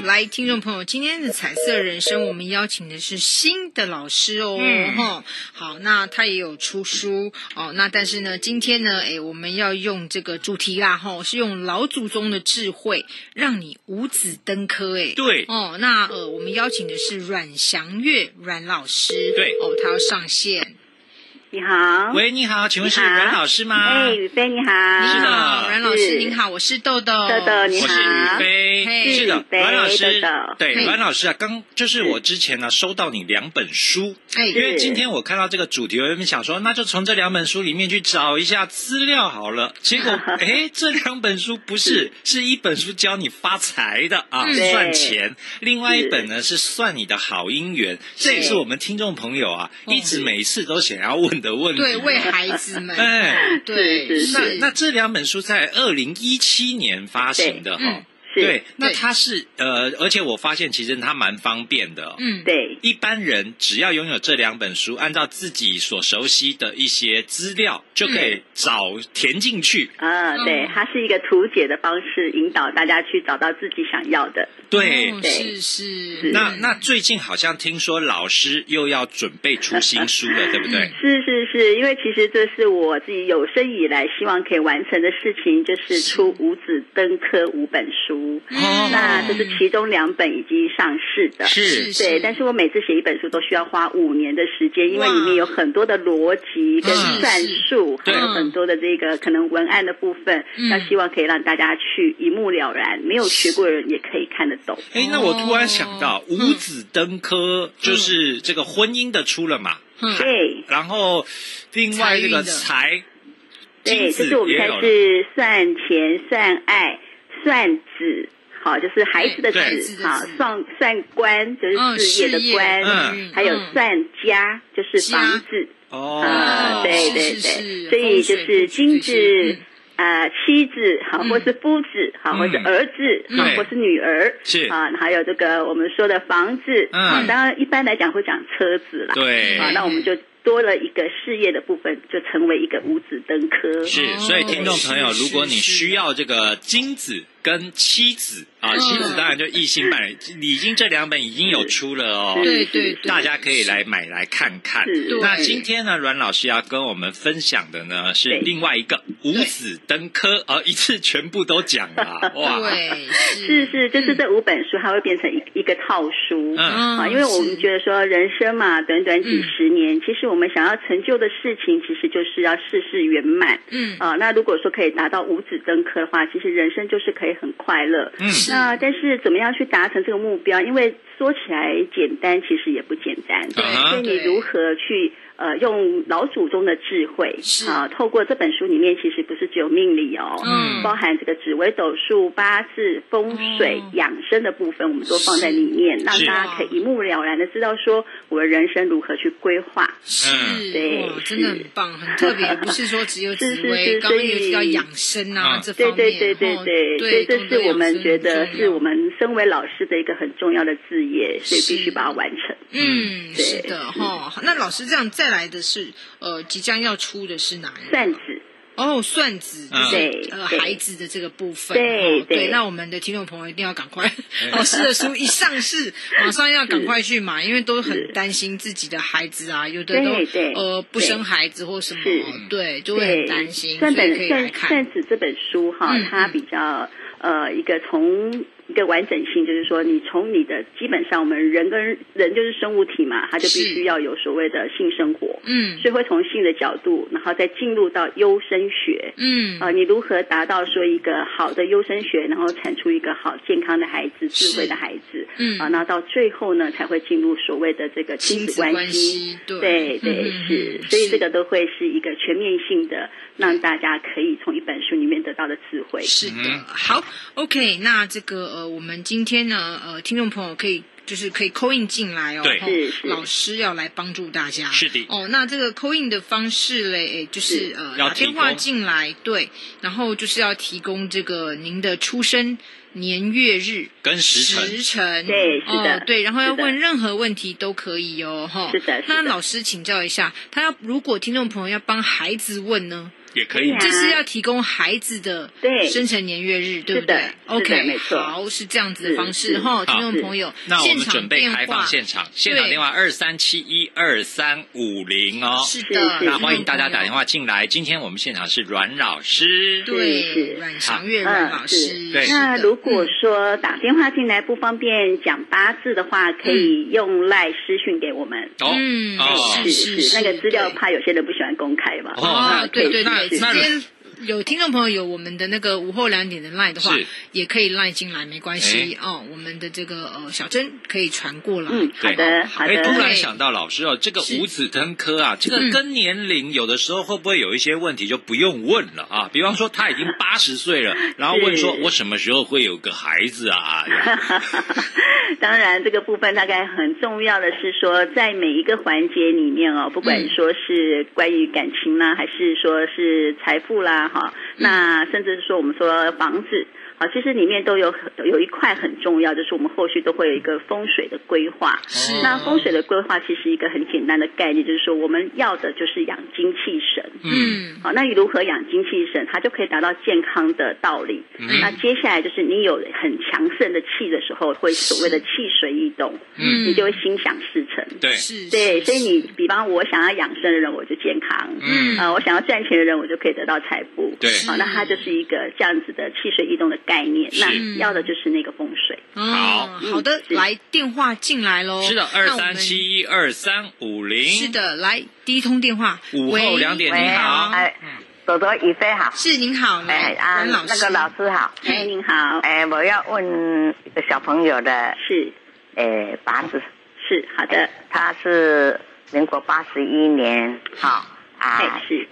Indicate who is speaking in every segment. Speaker 1: 来，听众朋友，今天的彩色人生，我们邀请的是新的老师哦，
Speaker 2: 嗯
Speaker 1: 哈、好，那他也有出书哦，那但是呢，今天呢，哎，我们要用这个主题啦，哈、是用老祖宗的智慧，让你五子登科，哎，
Speaker 2: 对
Speaker 1: 哦，那呃，我们邀请的是阮祥月阮老师，
Speaker 2: 对
Speaker 1: 哦，他要上线，
Speaker 3: 你好，
Speaker 2: 喂，你好，请问是
Speaker 3: 你好
Speaker 2: 阮老师吗？
Speaker 3: 哎，宇飞你好，
Speaker 2: 是的
Speaker 1: 啊阮老师
Speaker 3: 是
Speaker 1: 您好，我是豆豆，
Speaker 3: 豆豆你
Speaker 2: 我
Speaker 3: 好
Speaker 2: 是宇
Speaker 1: 嘿
Speaker 2: 飞，是的
Speaker 3: 宇，飞
Speaker 2: 阮老师
Speaker 3: 豆豆，
Speaker 2: 对，
Speaker 1: 嘿
Speaker 2: 阮老师啊，刚就是我之前呢、收到你两本书，
Speaker 1: 哎
Speaker 2: 因，为今天我看到这个主题，我原本想说，那就从这两本书里面去找一下资料好了。结 果，哎，这两本书不是，是一本书教你发财的啊，
Speaker 1: 嗯
Speaker 2: 赚钱；另外一本呢是算你的好姻缘。这也是我们听众朋友啊，
Speaker 3: 哦
Speaker 1: 嗯
Speaker 2: 一直每次都想要问的问题。
Speaker 1: 对，为孩子们，
Speaker 2: 哎
Speaker 1: 哦对，
Speaker 3: 是
Speaker 2: 那
Speaker 1: 是
Speaker 2: 那这两本书在二零一七年发行的哈、
Speaker 1: 嗯
Speaker 3: 是
Speaker 2: 对，那它是呃，而且我发现其实它蛮方便的、哦。
Speaker 1: 嗯，
Speaker 3: 对
Speaker 2: 一般人只要拥有这两本书，按照自己所熟悉的一些资料，就可以找填进去。
Speaker 3: 啊、
Speaker 1: 嗯
Speaker 3: 对，它是一个图解的方式，引导大家去找到自己想要的。
Speaker 2: 对，
Speaker 1: 哦
Speaker 3: 对嗯
Speaker 1: 是是
Speaker 3: 是，
Speaker 2: 那那最近好像听说老师又要准备出新书了，对不对？
Speaker 3: 是是是，因为其实这是我自己有生以来希望可以完成的事情，就是出五子登科五本
Speaker 1: 嗯
Speaker 3: 书。
Speaker 2: 哦
Speaker 3: 那这是其中两本已经上市的，
Speaker 2: 是
Speaker 1: 是
Speaker 3: 对，但嗯是我每次写一本书都需要花五年的时间，因为
Speaker 1: 哇
Speaker 3: 里面有很多的逻辑跟
Speaker 2: 嗯
Speaker 3: 算术，
Speaker 2: 是
Speaker 3: 还有
Speaker 1: 对
Speaker 3: 很多的这个可能文案的部分，
Speaker 1: 嗯
Speaker 3: 那希望可以让大家去一目了然，没有学过的人也可以看得懂。
Speaker 2: 哎，那我突然想到，五子登科就是这个婚姻的出了嘛，
Speaker 1: 嗯
Speaker 3: 对
Speaker 2: 然后另外这个
Speaker 1: 财
Speaker 2: 财，
Speaker 3: 对，
Speaker 2: 金
Speaker 3: 这
Speaker 2: 子
Speaker 3: 是我们
Speaker 2: 也
Speaker 3: 才
Speaker 2: 有了。
Speaker 3: 是算钱、算爱、算子。好，就是孩子的
Speaker 2: 对
Speaker 1: 孩子的
Speaker 3: 子，好
Speaker 1: 子
Speaker 3: 算算官就是
Speaker 1: 嗯，
Speaker 3: 事业的官，
Speaker 2: 嗯
Speaker 3: 还有
Speaker 1: 嗯
Speaker 3: 算家就是
Speaker 1: 家
Speaker 3: 房子，
Speaker 2: 哦，
Speaker 3: 啊，对对
Speaker 1: 是是是
Speaker 3: 对，所以就
Speaker 1: 风水
Speaker 3: 是
Speaker 1: 布局这
Speaker 3: 金
Speaker 1: 些
Speaker 3: 子啊、妻子好，
Speaker 1: 嗯
Speaker 3: 或是夫子好，或是
Speaker 2: 嗯
Speaker 3: 儿子好
Speaker 2: 对，
Speaker 3: 或是女儿
Speaker 2: 是
Speaker 3: 啊，还有这个我们说的房子
Speaker 2: 嗯
Speaker 3: 啊，当然一般来讲会讲车子啦，
Speaker 2: 对，
Speaker 3: 啊，那我们就多了一个事业的部分，就成为一个五子登科，
Speaker 2: 是，
Speaker 1: 哦
Speaker 2: 所以听众朋友，
Speaker 1: 是
Speaker 2: 如果你
Speaker 1: 是
Speaker 2: 需要这个金子跟妻子啊，
Speaker 1: 嗯
Speaker 2: 妻子当然就异性伴侣，已经这两本已经有出了哦，
Speaker 1: 对对对，
Speaker 2: 大家可以来买来看看。
Speaker 3: 是
Speaker 1: 对
Speaker 2: 那今天呢，阮老师要跟我们分享的呢是
Speaker 3: 对
Speaker 2: 另外一个五子登科，呃，一次全部都讲了啊，哇，
Speaker 1: 对
Speaker 3: 是是，就是
Speaker 1: 嗯
Speaker 3: 这五本书，它会变成一一个套书，
Speaker 2: 嗯，
Speaker 3: 啊，因为我们觉得说人生嘛，短短几
Speaker 1: 嗯
Speaker 3: 十年，其实我们想要成就的事情，其实就是要事事圆满。
Speaker 1: 嗯
Speaker 3: 啊、那如果说可以达到五子登科的话，其实人生就是可以很快乐。
Speaker 2: 嗯，
Speaker 1: 是
Speaker 3: 那但是怎么样去达成这个目标？因为说起来简单，其实也不简单。
Speaker 1: 啊
Speaker 2: 对
Speaker 3: 所以你如何去呃用老祖宗的智慧
Speaker 1: 是
Speaker 3: 啊、透过这本书里面，其实不是只有命理哦，
Speaker 1: 嗯
Speaker 3: 包含这个紫微斗数、八字、风水、
Speaker 1: 哦
Speaker 3: 养生的部分，我们都放在里面，让
Speaker 2: 是
Speaker 3: 大家可以一目了然的知道说我的人生如何去规划。
Speaker 2: 嗯
Speaker 1: 是
Speaker 3: 对
Speaker 1: 哇，真的很棒，很特别，不是说只有紫
Speaker 3: 是是
Speaker 1: 薇，
Speaker 3: 是
Speaker 1: 刚刚有提到
Speaker 3: 所以
Speaker 1: 养生啊
Speaker 2: 嗯
Speaker 1: 这
Speaker 3: 对
Speaker 1: 方面，
Speaker 3: 对对对
Speaker 1: 哦
Speaker 3: 对，所
Speaker 1: 对，
Speaker 3: 以这
Speaker 1: 懂得
Speaker 3: 是我
Speaker 1: 养
Speaker 3: 们
Speaker 1: 生
Speaker 3: 觉得
Speaker 1: 很重
Speaker 3: 是
Speaker 1: 要
Speaker 3: 我们身为老师的一个很重要的职业，所以
Speaker 1: 是
Speaker 3: 必须把它完成。
Speaker 1: 嗯，
Speaker 3: 对
Speaker 1: 是的
Speaker 3: 是
Speaker 1: 哈。那老师这样再来的是呃，即将要出的是哪一个？
Speaker 3: 算子，
Speaker 1: 哦，算子，
Speaker 2: 嗯
Speaker 1: 就是呃，
Speaker 3: 对
Speaker 1: 孩子的这个部分，
Speaker 3: 对
Speaker 1: 哦
Speaker 3: 对
Speaker 1: 对。那我们的听众朋友一定要赶快， 老师的书一上市，马上要赶快去买，因为都很担心自己的孩子啊，有的
Speaker 3: 对对
Speaker 1: 都呃不生
Speaker 3: 对
Speaker 1: 孩子或什么
Speaker 3: 是，
Speaker 1: 对，就会很
Speaker 3: 对，
Speaker 1: 担心，所
Speaker 3: 算
Speaker 1: 以
Speaker 3: 本
Speaker 1: 可以来
Speaker 3: 算
Speaker 1: 看
Speaker 3: 算，子这本书哈
Speaker 1: 嗯，
Speaker 3: 它
Speaker 1: 嗯
Speaker 3: 比较呃一个从。一个完整性，就是说，你从你的基本上，我们人跟人就是生物体嘛，它就必
Speaker 1: 是
Speaker 3: 须要有所谓的性生活，
Speaker 1: 嗯
Speaker 3: 所以会从性的角度，然后再进入到优生学，
Speaker 1: 嗯，
Speaker 3: 呃，你如何达到说一个好的优生学，然后产出一个好健康的孩子、
Speaker 1: 是
Speaker 3: 智慧的孩子，
Speaker 1: 嗯
Speaker 3: 啊，那到最后呢，才会进入所谓的这个
Speaker 1: 亲
Speaker 3: 亲
Speaker 1: 子
Speaker 3: 子
Speaker 1: 关
Speaker 3: 系。
Speaker 1: 系，对
Speaker 3: 对对
Speaker 1: 嗯
Speaker 3: 是
Speaker 1: 嗯，
Speaker 3: 所以
Speaker 1: 是
Speaker 3: 这个都会是一个全面性的，让大家可以从一本书里面得到的智慧。
Speaker 1: 是的
Speaker 2: 嗯，
Speaker 1: 好，OK，那这个呃，我们今天呢，呃，听众朋友可以。就是可以扣印进来哦，
Speaker 2: 对
Speaker 1: 吼
Speaker 3: 是是
Speaker 1: 老师要来帮助大家。
Speaker 2: 是的
Speaker 1: 哦，那这个扣印的方式嘞，诶，就是
Speaker 3: 是
Speaker 1: 呃
Speaker 2: 要
Speaker 1: 打电
Speaker 2: 提
Speaker 1: 话
Speaker 2: 供
Speaker 1: 进来，对，然后就是要提供这个您的出生年月日
Speaker 2: 跟时辰
Speaker 1: 时辰，
Speaker 3: 对是的
Speaker 1: 哦，对，然后要
Speaker 3: 是的
Speaker 1: 问任何问题都可以哦，哈。
Speaker 3: 是的是
Speaker 1: 那
Speaker 3: 的
Speaker 1: 老师请教一下，他要如果听众朋友要帮孩子问呢，
Speaker 2: 也可以
Speaker 3: 对啊
Speaker 1: 这是要提供孩子的
Speaker 3: 对
Speaker 1: 生辰年月日，对不
Speaker 3: 是的
Speaker 1: 对
Speaker 3: 是的
Speaker 1: ？OK，
Speaker 3: 没错
Speaker 1: 好，是这样子的方式
Speaker 3: 是
Speaker 1: 哈，
Speaker 2: 是
Speaker 1: 听众朋友，
Speaker 2: 那我
Speaker 1: 现
Speaker 2: 们
Speaker 1: 场
Speaker 2: 准备
Speaker 1: 电
Speaker 2: 开
Speaker 1: 话
Speaker 2: 放现场，现场
Speaker 1: 对
Speaker 2: 电话二三七一二三五零哦。
Speaker 1: 是
Speaker 3: 是
Speaker 1: 的，
Speaker 3: 是
Speaker 2: 那欢迎大家打电
Speaker 1: 话。
Speaker 2: 话进来。今天我们现场是阮老师，
Speaker 3: 是
Speaker 1: 对，
Speaker 3: 是
Speaker 1: 阮祥月
Speaker 3: 好
Speaker 1: 阮
Speaker 3: 嗯
Speaker 1: 老
Speaker 3: 是
Speaker 1: 师，
Speaker 2: 对
Speaker 1: 是的
Speaker 3: 那如果
Speaker 1: 嗯
Speaker 3: 说打电话进来不方便讲八字的话，可以用赖私讯给我们。
Speaker 2: 哦，
Speaker 1: 嗯
Speaker 2: 哦
Speaker 1: 是，
Speaker 3: 是那个资料怕有些人不喜欢公开嘛。
Speaker 2: 哦
Speaker 1: 啊，
Speaker 3: 那
Speaker 1: 对
Speaker 3: 可
Speaker 1: 对，
Speaker 3: 以
Speaker 1: 那
Speaker 3: 是
Speaker 1: 今天有听众朋友有我们的那个午后两点的 line 的话
Speaker 2: 是，哎
Speaker 1: 也可以 line 进来，没关系哦。我们的这个呃小珍可以传过来，
Speaker 3: 嗯，好的好
Speaker 2: 哎，突
Speaker 1: 对
Speaker 3: 的，
Speaker 2: 然想到老师哦，这个
Speaker 1: 是
Speaker 2: 五子登科啊，这
Speaker 1: 嗯
Speaker 2: 个跟年龄有的时候会不会有一些问题就不用问了啊？比方说他已经八十岁 了，然后问说
Speaker 3: 是
Speaker 2: 我什么时候会有个孩子 啊？
Speaker 3: 当然这个部分大概很重要的是说，在每一个环节里面哦，不
Speaker 1: 嗯
Speaker 3: 管说是关于感情啦，还是说是财富啦，哈，那
Speaker 1: 嗯
Speaker 3: 甚至是说我们说房子。好，其实里面都有很有一块很重要，就是我们后续都会有一个风水的规划。
Speaker 2: 哦
Speaker 1: 是
Speaker 3: 那风水的规划其实一个很简单的概念，就是说我们要的就是养精气神。
Speaker 1: 嗯
Speaker 3: 好，那你如何养精气神，它就可以达到健康的道理。
Speaker 2: 嗯
Speaker 3: 那接下来就是你有很强盛的气的时候，会所谓的气随意动，
Speaker 2: 嗯
Speaker 3: 你就会心想事成。
Speaker 2: 对，
Speaker 1: 是，
Speaker 3: 对，
Speaker 1: 是
Speaker 3: 所以你比方我想要养生的人，我就健康；
Speaker 1: 嗯
Speaker 3: 啊，我想要赚钱的人，我就可以得到财富。
Speaker 2: 对
Speaker 3: 好，那它就是一个这样子的气随意动的概念。
Speaker 2: 是
Speaker 3: 那要的就是那个风水。
Speaker 1: 哦
Speaker 2: 好
Speaker 1: 好的，
Speaker 3: 嗯
Speaker 1: 来电话进来喽，
Speaker 2: 是的，
Speaker 1: 嗯那
Speaker 2: 二
Speaker 1: 我们
Speaker 2: 三，七一二三五零，
Speaker 1: 是，的，来第一通电话，
Speaker 2: 午后
Speaker 1: 喂嗯
Speaker 2: 两点
Speaker 4: 喂，
Speaker 2: 您好，
Speaker 4: 哎，朵朵宇飞好，
Speaker 1: 是您好，
Speaker 4: 哎
Speaker 1: 来
Speaker 4: 啊，
Speaker 1: 阮老师，
Speaker 4: 那个老师好，
Speaker 2: 嗯
Speaker 1: 哎
Speaker 3: 哎，您好，
Speaker 4: 哎，我要问小朋友的，
Speaker 3: 是
Speaker 4: 哎，八字，
Speaker 3: 是好的，
Speaker 4: 他是民国八十一年，好啊
Speaker 3: 哎，是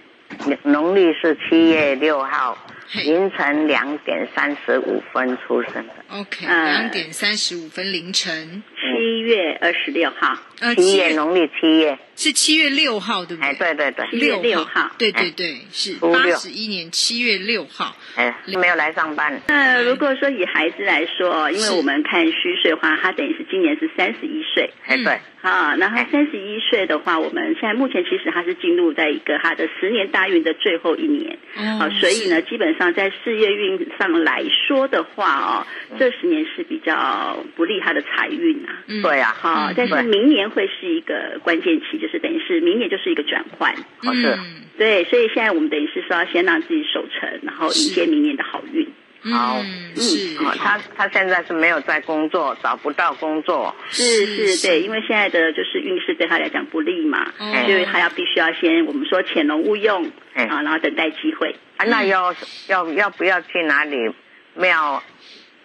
Speaker 4: 农历是七月六号
Speaker 1: 嘿
Speaker 4: 凌晨两点三十五分出生的，
Speaker 1: ，OK，
Speaker 4: 嗯
Speaker 3: 呃
Speaker 1: 两点三十五分凌晨，
Speaker 3: 七月二十六号，
Speaker 1: 呃，
Speaker 4: 七
Speaker 1: 七
Speaker 4: 月
Speaker 1: 月嗯
Speaker 4: 农历七月，
Speaker 1: 是七月六号，对不
Speaker 4: 哎，
Speaker 1: 对？
Speaker 4: 对对对，
Speaker 3: 七月六号
Speaker 1: 对对对，是
Speaker 4: 初
Speaker 1: 八
Speaker 4: 哎六
Speaker 1: 十一年七月六号。
Speaker 4: 哎，没有来上班，
Speaker 3: 那如果说以孩子来说，因
Speaker 1: 是
Speaker 3: 为我们看虚岁的话，他等于是今年是三十一岁。
Speaker 4: 哎
Speaker 1: 嗯
Speaker 4: 对，
Speaker 3: 啊，那他三十一岁的话，我们现在目前其实他是进入在一个他的十年大运的最后一年，
Speaker 1: 哦
Speaker 3: 啊，所以呢，基本上在事业运上来说的话，哦，这十年是比较不利他的财运啊。
Speaker 1: 嗯
Speaker 4: 对啊，
Speaker 3: 好、
Speaker 1: 嗯
Speaker 3: 但是
Speaker 4: 对
Speaker 3: 明年会是一个关键期，就是等于是明年就是一个转换，
Speaker 4: 我是
Speaker 1: 嗯
Speaker 3: 对，所以现在我们等于是说要先让自己守成，然后迎接明年的好运。
Speaker 4: 好
Speaker 1: 嗯，是
Speaker 4: 哦他他现在是没有在工作，找不到工作，
Speaker 3: 是是，对，因为现在的就是运势对他来讲不利嘛，
Speaker 1: 哦
Speaker 3: 所以他要必须要先我们说潜龙勿用、
Speaker 4: 哎
Speaker 3: 啊，然后等待机会。
Speaker 4: 啊，那
Speaker 1: 嗯
Speaker 4: 要要要不要去哪里庙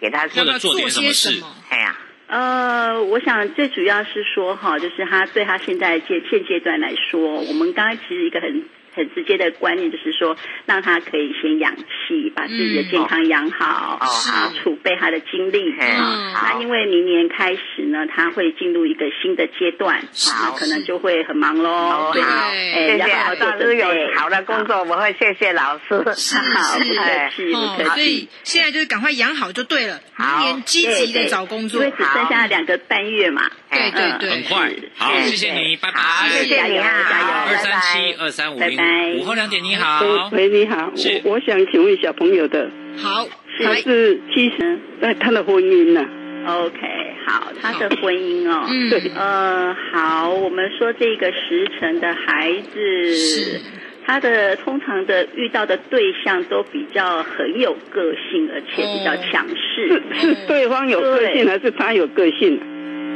Speaker 4: 给他
Speaker 1: 要
Speaker 2: 或
Speaker 1: 不
Speaker 2: 者
Speaker 1: 要
Speaker 2: 做
Speaker 4: 做？
Speaker 1: 做
Speaker 2: 点什
Speaker 1: 些
Speaker 2: 么
Speaker 1: 什
Speaker 2: 事
Speaker 1: 么？
Speaker 4: 哎呀，
Speaker 3: 呃，我想最主要是说哈，就是他对他现在阶现阶段来说，我们刚刚其实一个很很直接的观念就是说，让他可以先养气，把自己的
Speaker 1: 嗯
Speaker 3: 健康养好，
Speaker 4: 哦
Speaker 3: 啊，
Speaker 1: 是
Speaker 3: 储备他的精力。
Speaker 4: 哎
Speaker 1: 嗯
Speaker 4: 呀，
Speaker 3: 那
Speaker 4: 好
Speaker 3: 因，为明年开始呢，他会进入一个新的阶段，那
Speaker 4: 好
Speaker 3: 可能就会很忙喽。
Speaker 4: 好
Speaker 3: 对
Speaker 4: 哦好，
Speaker 1: 哎
Speaker 4: 谢
Speaker 3: 要
Speaker 4: 谢
Speaker 3: 好好
Speaker 4: 啊，
Speaker 3: 做
Speaker 4: 大师
Speaker 3: 准备
Speaker 4: 有好的工作，我会谢谢老师。哎嗯
Speaker 3: 好，不
Speaker 1: 是
Speaker 3: 客气，
Speaker 1: 哦
Speaker 3: 不，客
Speaker 1: 所
Speaker 3: 气。
Speaker 1: 以现在就是赶快养好就对了，明
Speaker 4: 好
Speaker 1: 年积
Speaker 3: 对
Speaker 1: 极的
Speaker 3: 对
Speaker 1: 找工
Speaker 3: 因
Speaker 1: 作
Speaker 3: 为。只剩下两个半月嘛。
Speaker 1: 对对
Speaker 3: 嗯
Speaker 1: 对，
Speaker 2: 很快
Speaker 3: 是，
Speaker 2: 好，
Speaker 3: 是
Speaker 2: 谢谢你，拜
Speaker 4: 好，谢
Speaker 2: 拜，
Speaker 4: 谢你啊，
Speaker 3: 加油
Speaker 2: 二
Speaker 4: 好拜
Speaker 2: 三
Speaker 4: 拜
Speaker 2: 七二三五
Speaker 3: 拜拜嗯
Speaker 2: 零，午后两点您好，
Speaker 5: 喂喂，你好，
Speaker 2: 是
Speaker 5: 我我想请问小朋友的，
Speaker 1: 好，
Speaker 5: 他
Speaker 1: 来，
Speaker 5: 是七十，呃，他的婚姻呢、
Speaker 3: OK，好，他的婚姻哦，
Speaker 1: 嗯，
Speaker 3: 呃，好，我们说这个时辰的孩
Speaker 1: 是
Speaker 3: 子，他的通常的遇到的对象都比较很有个性，而且比
Speaker 1: 哦
Speaker 3: 较强势
Speaker 5: 是，
Speaker 3: 哎
Speaker 5: 是对方有个性还是他有个性？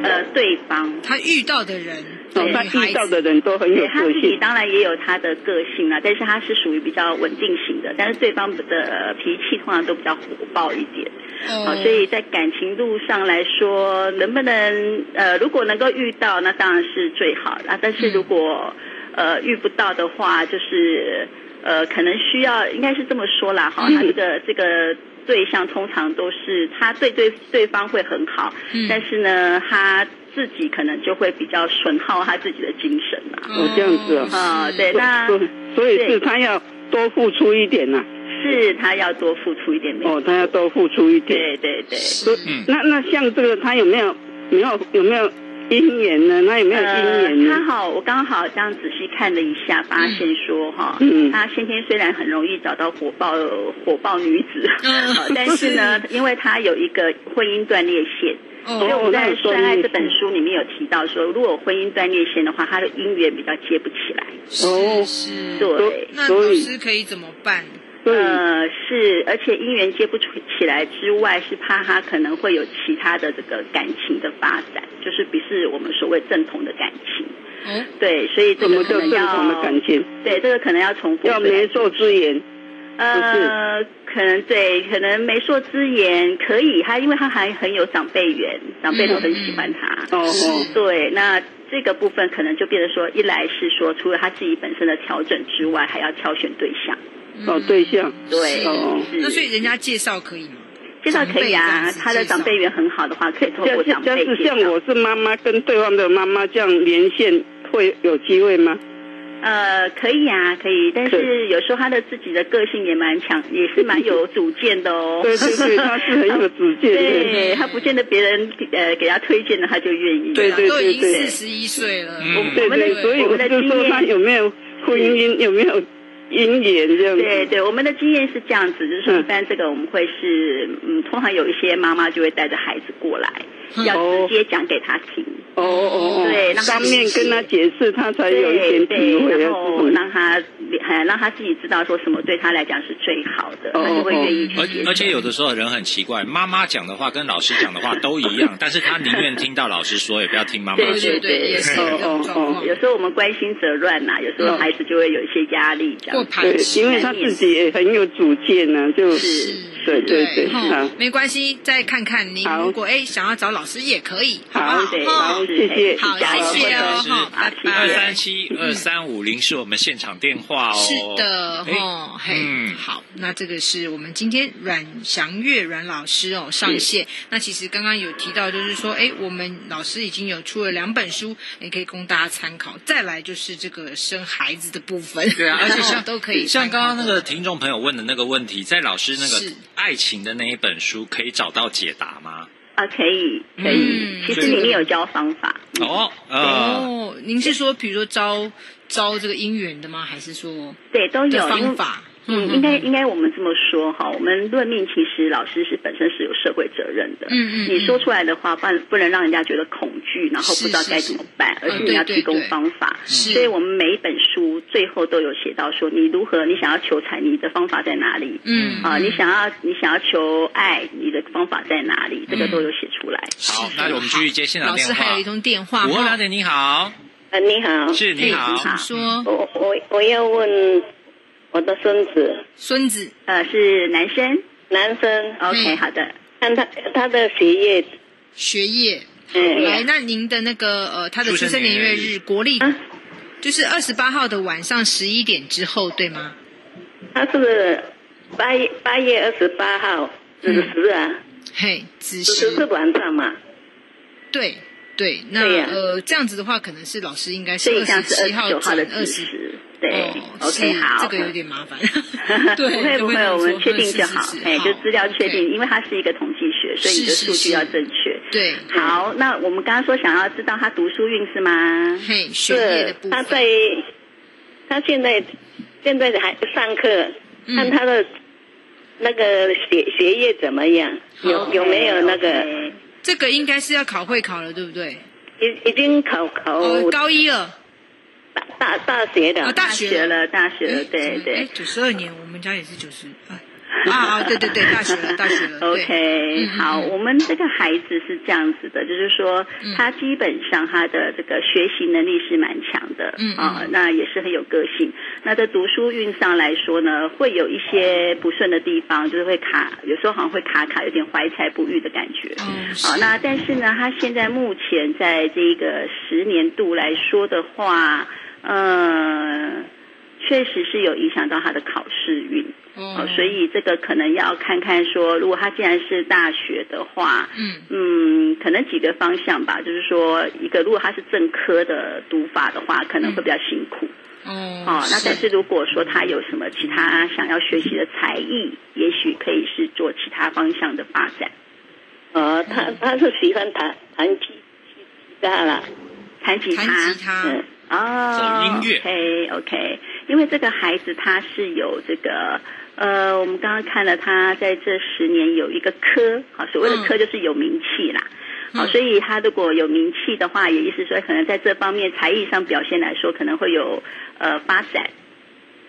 Speaker 3: 呃，对方。
Speaker 1: 他遇到的人，
Speaker 5: 哦
Speaker 1: 女，
Speaker 5: 他
Speaker 1: 孩
Speaker 5: 遇到
Speaker 1: 子
Speaker 5: 的人都很有
Speaker 3: 对他
Speaker 5: 个
Speaker 3: 自己
Speaker 5: 性。
Speaker 3: 当然也有他的个性啊，但是他是属于比较稳定型的，但是对方的呃脾气通常都比较火爆一点。
Speaker 5: 嗯
Speaker 3: 好，
Speaker 1: 哦，
Speaker 3: 所以在感情路上来说，能不能呃，如果能够遇到，那当然是最好啦。但是如果、呃遇不到的话，就是呃，可能需要，应该是这么说啦 哈。他这个这个对象通常都是他对对对方会很好，
Speaker 1: 嗯
Speaker 3: 但是呢，他自己可能就会比较损耗他自己的精神啦。
Speaker 5: 哦这样子哦
Speaker 3: 啊
Speaker 1: 是
Speaker 3: 对那
Speaker 5: 所以所以
Speaker 3: 对
Speaker 5: 是他要多付出一点呐、
Speaker 3: 是他要多付出一点，没
Speaker 5: 哦，他要多付出一点。
Speaker 3: 对对对。
Speaker 5: 所以
Speaker 1: 嗯
Speaker 5: 那那像这个，他有没有没有有没有姻缘呢？那有没有姻
Speaker 3: 呃，
Speaker 5: 缘
Speaker 3: 他
Speaker 5: 呢？
Speaker 3: 好，我刚好这样仔细看了一下，发现说哈，
Speaker 5: 嗯
Speaker 3: 他先天虽然很容易找到火爆火爆女子，
Speaker 1: 嗯
Speaker 3: 呃但是呢，因为他有一个婚姻断裂线，所以
Speaker 1: 哦
Speaker 3: 我们在《专爱》这本书里面有提到说，如果婚姻断裂线的话，他的姻缘比较接不起来。
Speaker 1: 是是，
Speaker 3: 对，
Speaker 1: 那
Speaker 5: 哦所
Speaker 1: 老
Speaker 5: 以
Speaker 1: 师可以怎么办？哦
Speaker 5: 对，
Speaker 3: 呃，是，而且姻缘接不出起来之外，是怕他可能会有其他的这个感情的发展，就是不是我们所谓正统的感情。
Speaker 1: 哦，
Speaker 3: 对，所以这
Speaker 5: 什
Speaker 3: 个
Speaker 5: 么
Speaker 3: 可
Speaker 5: 叫
Speaker 3: 能
Speaker 5: 正
Speaker 3: 要
Speaker 5: 常的感情？
Speaker 3: 对，这个可能要重复
Speaker 5: 要
Speaker 3: 对待
Speaker 5: 媒妁之言，
Speaker 3: 呃，可能对，可能媒妁之言可以，他因为他还很有长辈缘，长辈都很喜欢他。
Speaker 5: 哦
Speaker 1: 是
Speaker 5: 哦，
Speaker 3: 对，那这个部分可能就变成说，一来是说除了他自己本身的调整之外，还要挑选对象。
Speaker 5: 找哦
Speaker 3: 嗯
Speaker 5: 对象，
Speaker 3: 对，
Speaker 5: 哦
Speaker 3: 是
Speaker 1: 那所以人家介绍可以吗？
Speaker 3: 介绍可以
Speaker 1: 长辈
Speaker 3: 啊
Speaker 1: 这样子，
Speaker 3: 他的
Speaker 1: 介绍
Speaker 3: 长辈缘很好的话，可以透
Speaker 5: 要
Speaker 3: 过
Speaker 5: 是
Speaker 3: 长
Speaker 5: 要
Speaker 3: 辈
Speaker 5: 是
Speaker 3: 介
Speaker 5: 像
Speaker 3: 绍。
Speaker 5: 我是妈妈跟对方的妈妈这样连线，会有机会吗？
Speaker 3: 呃，可以啊，可以，但是有时候他的自己的个性也蛮强，也是蛮有主见的哦。
Speaker 5: 对对对，他是很有主见的。
Speaker 3: 对他不见得别人呃给他推荐的，他就愿意。
Speaker 5: 对对
Speaker 1: 都已经
Speaker 5: 对
Speaker 1: 四
Speaker 5: 对
Speaker 1: 十一岁了，
Speaker 2: 嗯
Speaker 1: 我
Speaker 5: 对
Speaker 3: 我们的
Speaker 5: 对，所以我就说他有没有婚姻，有没有姻缘这样
Speaker 3: 对
Speaker 5: 子。
Speaker 3: 对，我们的经验是这样子，就是说
Speaker 5: 嗯
Speaker 3: 一般这个我们会是，嗯，通常有一些妈妈就会带着孩子过来，
Speaker 5: 嗯
Speaker 3: 要直接讲给他听，
Speaker 5: 哦哦
Speaker 3: 对
Speaker 5: 哦，
Speaker 3: 让他
Speaker 5: 当面跟他解释，他才有一
Speaker 3: 对
Speaker 5: 点体
Speaker 3: 对，
Speaker 5: 会啊
Speaker 3: 然
Speaker 5: 嗯要
Speaker 3: 后
Speaker 5: 做。
Speaker 3: 让他，呃，让他自己知道说什么对他来讲是最好的，
Speaker 5: 哦
Speaker 3: 他就会愿意去
Speaker 2: 而
Speaker 3: 接受
Speaker 2: 而且有的时候人很奇怪，妈妈讲的话跟老师讲的话都一样，但是他宁愿听到老师说，也不要听妈妈
Speaker 1: 对
Speaker 2: 说
Speaker 1: 对。对，也是这种状况
Speaker 5: 哦
Speaker 3: 有，时候我们关心则乱呐、有时候
Speaker 5: 嗯
Speaker 3: 孩子就会有一些压力这
Speaker 1: 或
Speaker 3: 样。
Speaker 1: 排
Speaker 5: 对，
Speaker 1: 斥
Speaker 5: 因为他自己也很有主见呢，就对对对，
Speaker 1: 哈
Speaker 2: 啊
Speaker 5: 好，，
Speaker 1: 没关系，再看看您
Speaker 5: 好
Speaker 1: 如果哎想要找老师也可以，好
Speaker 5: 好
Speaker 1: 不
Speaker 3: 对，
Speaker 1: 好？
Speaker 5: 好
Speaker 1: 哈
Speaker 3: 是
Speaker 5: 谢谢
Speaker 1: 好，
Speaker 3: 加
Speaker 1: 谢
Speaker 3: 油
Speaker 1: 谢哦，
Speaker 2: 是
Speaker 1: 哈，拜
Speaker 3: 好
Speaker 2: 二
Speaker 3: 谢
Speaker 1: 拜。
Speaker 3: 谢
Speaker 2: 啊三七二三五零是我们现场电话哦。
Speaker 1: 是的，
Speaker 2: 哎
Speaker 1: 哦，嘿，
Speaker 2: 嗯
Speaker 1: 好，那这个是我们今天阮祥月阮老师哦上线。那其实刚刚有提到，就是说，哎，我们老师已经有出了两本书，也可以供大家参考。再来就是这个生孩子的部分，
Speaker 2: 对啊，而且像
Speaker 1: 哦都可以参
Speaker 2: 像
Speaker 1: 考
Speaker 2: 刚刚那个听众朋友问的那个问题，在老师那
Speaker 1: 是
Speaker 2: 个爱情的那一本书可以找到解答吗？
Speaker 3: 啊，可以可以
Speaker 1: 嗯，
Speaker 3: 其实里面有教方法。
Speaker 2: 哦，呃，
Speaker 1: 哦，您是说比如说招招这个姻缘的吗？还是说
Speaker 3: 嗯对，都
Speaker 1: 的
Speaker 3: 有因为
Speaker 1: 方法？
Speaker 3: 嗯，应该应该我们这么说哈，我们论命其实老师是本身是有社会责任的。
Speaker 1: 嗯嗯，
Speaker 3: 你说出来的话，不然不能让人家觉得恐惧，然后不知道该怎么办，
Speaker 1: 是是
Speaker 3: 而且你要
Speaker 1: 嗯对
Speaker 3: 提供
Speaker 1: 对对
Speaker 3: 方法。
Speaker 1: 是
Speaker 3: 所以我们每一本书最后都有写到说，你如何，你想要求财，你的方法在哪里？
Speaker 1: 嗯
Speaker 3: 啊，你想要你想要求爱，你的方法在哪里？
Speaker 1: 嗯
Speaker 3: 这个都有写出来。
Speaker 2: 好，那我们继续接现场
Speaker 1: 老
Speaker 2: 电
Speaker 1: 师
Speaker 2: 话。
Speaker 1: 还有一通电话，
Speaker 2: 午后两点，你好，
Speaker 6: 呃，你好，
Speaker 2: 是你好，
Speaker 1: 请说
Speaker 6: 我我我要问我的孙子，
Speaker 1: 孙子
Speaker 3: 呃，是男生。
Speaker 6: 男生，
Speaker 3: OK，好
Speaker 1: 嗯
Speaker 3: 的。
Speaker 6: 看他他的学业，
Speaker 1: 学业。
Speaker 3: 哎
Speaker 6: 嗯，
Speaker 1: 来，那您的那个呃，他的
Speaker 2: 出
Speaker 1: 出
Speaker 2: 生
Speaker 1: 生年
Speaker 2: 年
Speaker 1: 月
Speaker 2: 月
Speaker 1: 日，
Speaker 2: 日
Speaker 1: 国历
Speaker 3: 嗯
Speaker 6: 啊
Speaker 1: 就是二十八号的晚上十一点之后，对吗？
Speaker 6: 他是八月八月二十八号
Speaker 1: 嗯
Speaker 6: 子时啊，
Speaker 1: 嘿，子
Speaker 6: 子时
Speaker 1: 时
Speaker 6: 是晚上嘛，
Speaker 1: 对对，那
Speaker 6: 对呀
Speaker 1: 呃，这样子的话，可能是老师应该是
Speaker 3: 所以
Speaker 1: 二
Speaker 3: 像
Speaker 1: 十
Speaker 3: 是二
Speaker 1: 七
Speaker 3: 十
Speaker 1: 号
Speaker 3: 九号
Speaker 1: 转
Speaker 3: 的
Speaker 1: 二
Speaker 3: 子
Speaker 1: 十。
Speaker 3: 时，对
Speaker 1: 哦
Speaker 3: ，OK，
Speaker 1: 是
Speaker 3: 好，。
Speaker 1: 这个有点麻烦 对，
Speaker 3: 不会
Speaker 1: 就
Speaker 3: 不会，
Speaker 1: 这么
Speaker 3: 我
Speaker 1: 说
Speaker 3: 们确定
Speaker 1: 是
Speaker 3: 就是好
Speaker 1: 是，
Speaker 3: 哎，就资料确。
Speaker 1: 好
Speaker 3: 定，
Speaker 1: ，OK
Speaker 3: 因为它是一个统计学，所以你的
Speaker 1: 是是
Speaker 3: 数据要
Speaker 1: 是
Speaker 3: 正确。
Speaker 1: 对，
Speaker 3: 好，那我们刚刚说想要知道他读书运是吗？
Speaker 1: 嘿，学业的
Speaker 6: 是
Speaker 1: 部
Speaker 6: 他
Speaker 1: 分，
Speaker 6: 在他现在现在还上课，
Speaker 1: 嗯
Speaker 6: 看他的那个学学业怎么样，有有没有那
Speaker 1: 哦
Speaker 6: 个
Speaker 3: OK，OK
Speaker 1: 这个应该是要考会考了，对不对？
Speaker 6: 已已经考考
Speaker 1: 哦，高一了，
Speaker 6: 大大大学的
Speaker 1: 哦，大
Speaker 3: 大
Speaker 1: 学
Speaker 3: 学
Speaker 1: 了。
Speaker 3: 了，大学了，对对
Speaker 1: 九十二年，我们家也是九十啊啊，对对对，大学 了，大学了。对
Speaker 3: OK，
Speaker 1: 嗯嗯
Speaker 3: 好，
Speaker 1: 嗯
Speaker 3: 我们这个孩子是这样子的，就是说
Speaker 1: 嗯
Speaker 3: 他基本上他的这个学习能力是蛮强的，
Speaker 1: 嗯
Speaker 3: 啊
Speaker 1: 嗯，
Speaker 3: 那也是很有个性。那在读书运上来说呢，会有一些不顺的地方，就是会卡，有时候好像会卡卡，有点怀才不遇的感觉。
Speaker 1: 哦，
Speaker 3: 好，
Speaker 1: 是
Speaker 3: 那但是呢，他现在目前在这个十年度来说的话，呃，确实是有影响到他的考试运。
Speaker 1: 哦
Speaker 3: 哦，所以这个可能要看看说，如果他既然是大学的话，
Speaker 1: 嗯
Speaker 3: 嗯，可能几个方向吧，就是说一个，如果他是正科的读法的话，可能会比较辛苦。
Speaker 1: 哦
Speaker 3: 哦，那但是如果说他有什么其他想要学习的才艺，也许可以是做呃其他方向的发展。
Speaker 6: 哦，他他是喜欢弹弹吉大了，
Speaker 3: 弹吉他，
Speaker 1: 弹吉他
Speaker 3: 嗯，哦，
Speaker 2: 走音乐
Speaker 3: ，OK OK，因为这个孩子他是有这个。呃，我们刚刚看了他在这十年有一个科，好，所谓的科就是有名气啦，
Speaker 1: 嗯
Speaker 3: 好、所以他如果有名气的话，也意思说可能在这方面才艺上表现来说，可能会有呃发展，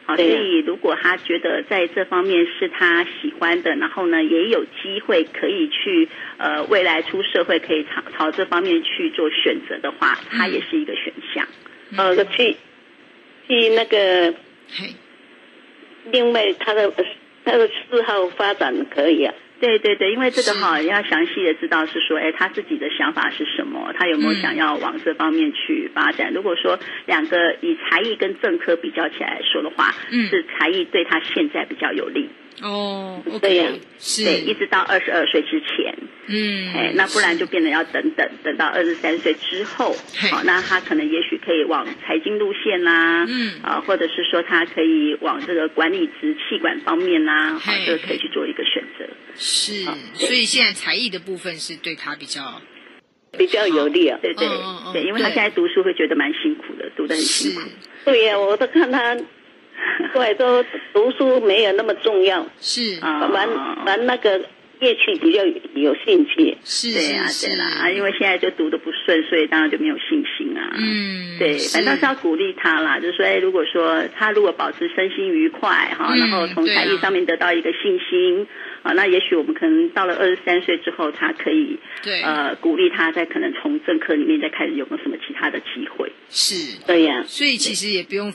Speaker 3: 好，所
Speaker 6: 对
Speaker 3: 以如果他觉得在这方面是他喜欢的，然后呢也有机会可以去呃未来出社会可以朝朝这方面去做选择的话，
Speaker 1: 嗯
Speaker 3: 它也是一个选项。
Speaker 6: 呃，去去那个
Speaker 1: 嘿，
Speaker 6: 另外他的呃他的嗜好发展可以啊。
Speaker 3: 对对对，因为这
Speaker 1: 是
Speaker 3: 个哈，要详细的知道是说，哎，他自己的想法是什么，他有没有
Speaker 1: 嗯
Speaker 3: 想要往这方面去发展？如果说两个以才艺跟正科比较起来说的话，
Speaker 1: 嗯
Speaker 3: 是才艺对他现在比较有利，
Speaker 1: 哦
Speaker 6: 对呀
Speaker 1: ，OK，
Speaker 3: 对，一
Speaker 1: 是，
Speaker 3: 直到二十二岁之前，
Speaker 1: 嗯，
Speaker 3: 哎，那不然就变得要等等，等到二十三岁之后，
Speaker 1: 嘿
Speaker 3: 好、那他可能也许可以往财经路线啦，
Speaker 1: 嗯
Speaker 3: 啊，或者是说他可以往这个管理职、气管方面啦，好、
Speaker 1: 嘿
Speaker 3: 这个可以
Speaker 1: 嘿
Speaker 3: 去做一个选择。
Speaker 1: 是，所以现在才艺的部分是对他比较，
Speaker 6: 比较有利啊。
Speaker 3: 对对、
Speaker 1: 嗯嗯嗯
Speaker 3: 对，因为他
Speaker 1: 对
Speaker 3: 现在读书会觉得蛮辛苦的，读得很辛
Speaker 1: 是
Speaker 3: 苦。
Speaker 6: 对呀、我都看他，对，都读书没有那么重要，
Speaker 1: 是
Speaker 3: 啊
Speaker 6: 玩玩那个乐器比较有兴趣。
Speaker 1: 是，
Speaker 3: 对呀、啊，
Speaker 1: 是
Speaker 3: 对啦，
Speaker 1: 是
Speaker 3: 啊，因为现在就读的不顺，所以当然就没有信心啊。。
Speaker 1: 嗯，
Speaker 3: 对，反倒是要鼓励他啦，就是说，哎，如果说他如果保持身心愉快哈，
Speaker 1: 嗯
Speaker 3: 然后从
Speaker 1: 对啊
Speaker 3: 才艺上面得到一个信心啊，那也许我们可能到了二十三岁之后，他可以
Speaker 1: 对，
Speaker 3: 呃鼓励他在可能从政科里面再开始有没有什么其他的机会，
Speaker 1: 是，
Speaker 6: 对呀、
Speaker 1: 所以其实也不用。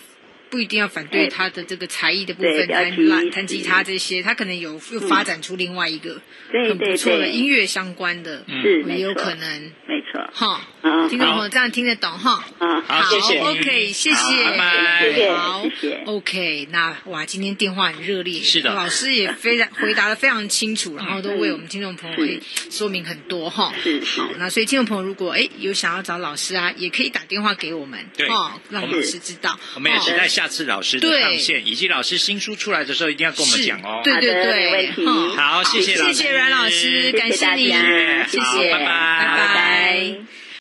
Speaker 1: 不一定要反对他的这个才艺的部分，
Speaker 3: 对不要
Speaker 1: 弹
Speaker 3: 急
Speaker 1: 拉弹吉他这些，他可能有又发展出另外一个
Speaker 3: 嗯对
Speaker 1: 很不
Speaker 3: 对
Speaker 1: 错的
Speaker 3: 对嗯
Speaker 1: 音乐相关的，
Speaker 3: 是
Speaker 1: 嗯也
Speaker 3: 没
Speaker 1: 有
Speaker 3: 错嗯
Speaker 1: 可，能
Speaker 3: 没错。
Speaker 1: 哈。
Speaker 6: 啊，
Speaker 1: 听众朋友这样听得懂哈？
Speaker 6: 啊，
Speaker 2: 好，谢谢你
Speaker 1: OK，谢谢，
Speaker 2: 好拜拜。
Speaker 6: 谢谢
Speaker 1: 好
Speaker 3: 谢谢
Speaker 1: ，OK，那哇，今天电话很热烈，
Speaker 2: 是的
Speaker 1: 老师也非常回答的非常清楚，然后都为我们听众朋友哎说明很多哈。
Speaker 3: 是是
Speaker 1: 好，那所以听众朋友如果哎有想要找老师啊，也可以打电话给我们，
Speaker 2: 对
Speaker 1: 哦，让老师知道。
Speaker 2: 我们也
Speaker 1: 哦
Speaker 2: 期待下次老师的
Speaker 1: 对
Speaker 2: 上线，以及老师新书出来的时候，一定要跟我们
Speaker 1: 是
Speaker 2: 讲哦。
Speaker 1: 对对
Speaker 3: 好的没
Speaker 1: 对
Speaker 3: 问，题
Speaker 1: 哈
Speaker 2: 好，谢谢老
Speaker 1: 谢
Speaker 2: 师，
Speaker 1: 谢阮老师，
Speaker 3: 谢
Speaker 1: 感谢你，
Speaker 3: 大家
Speaker 1: 谢
Speaker 2: 好
Speaker 1: 谢，
Speaker 2: 拜拜
Speaker 1: 拜拜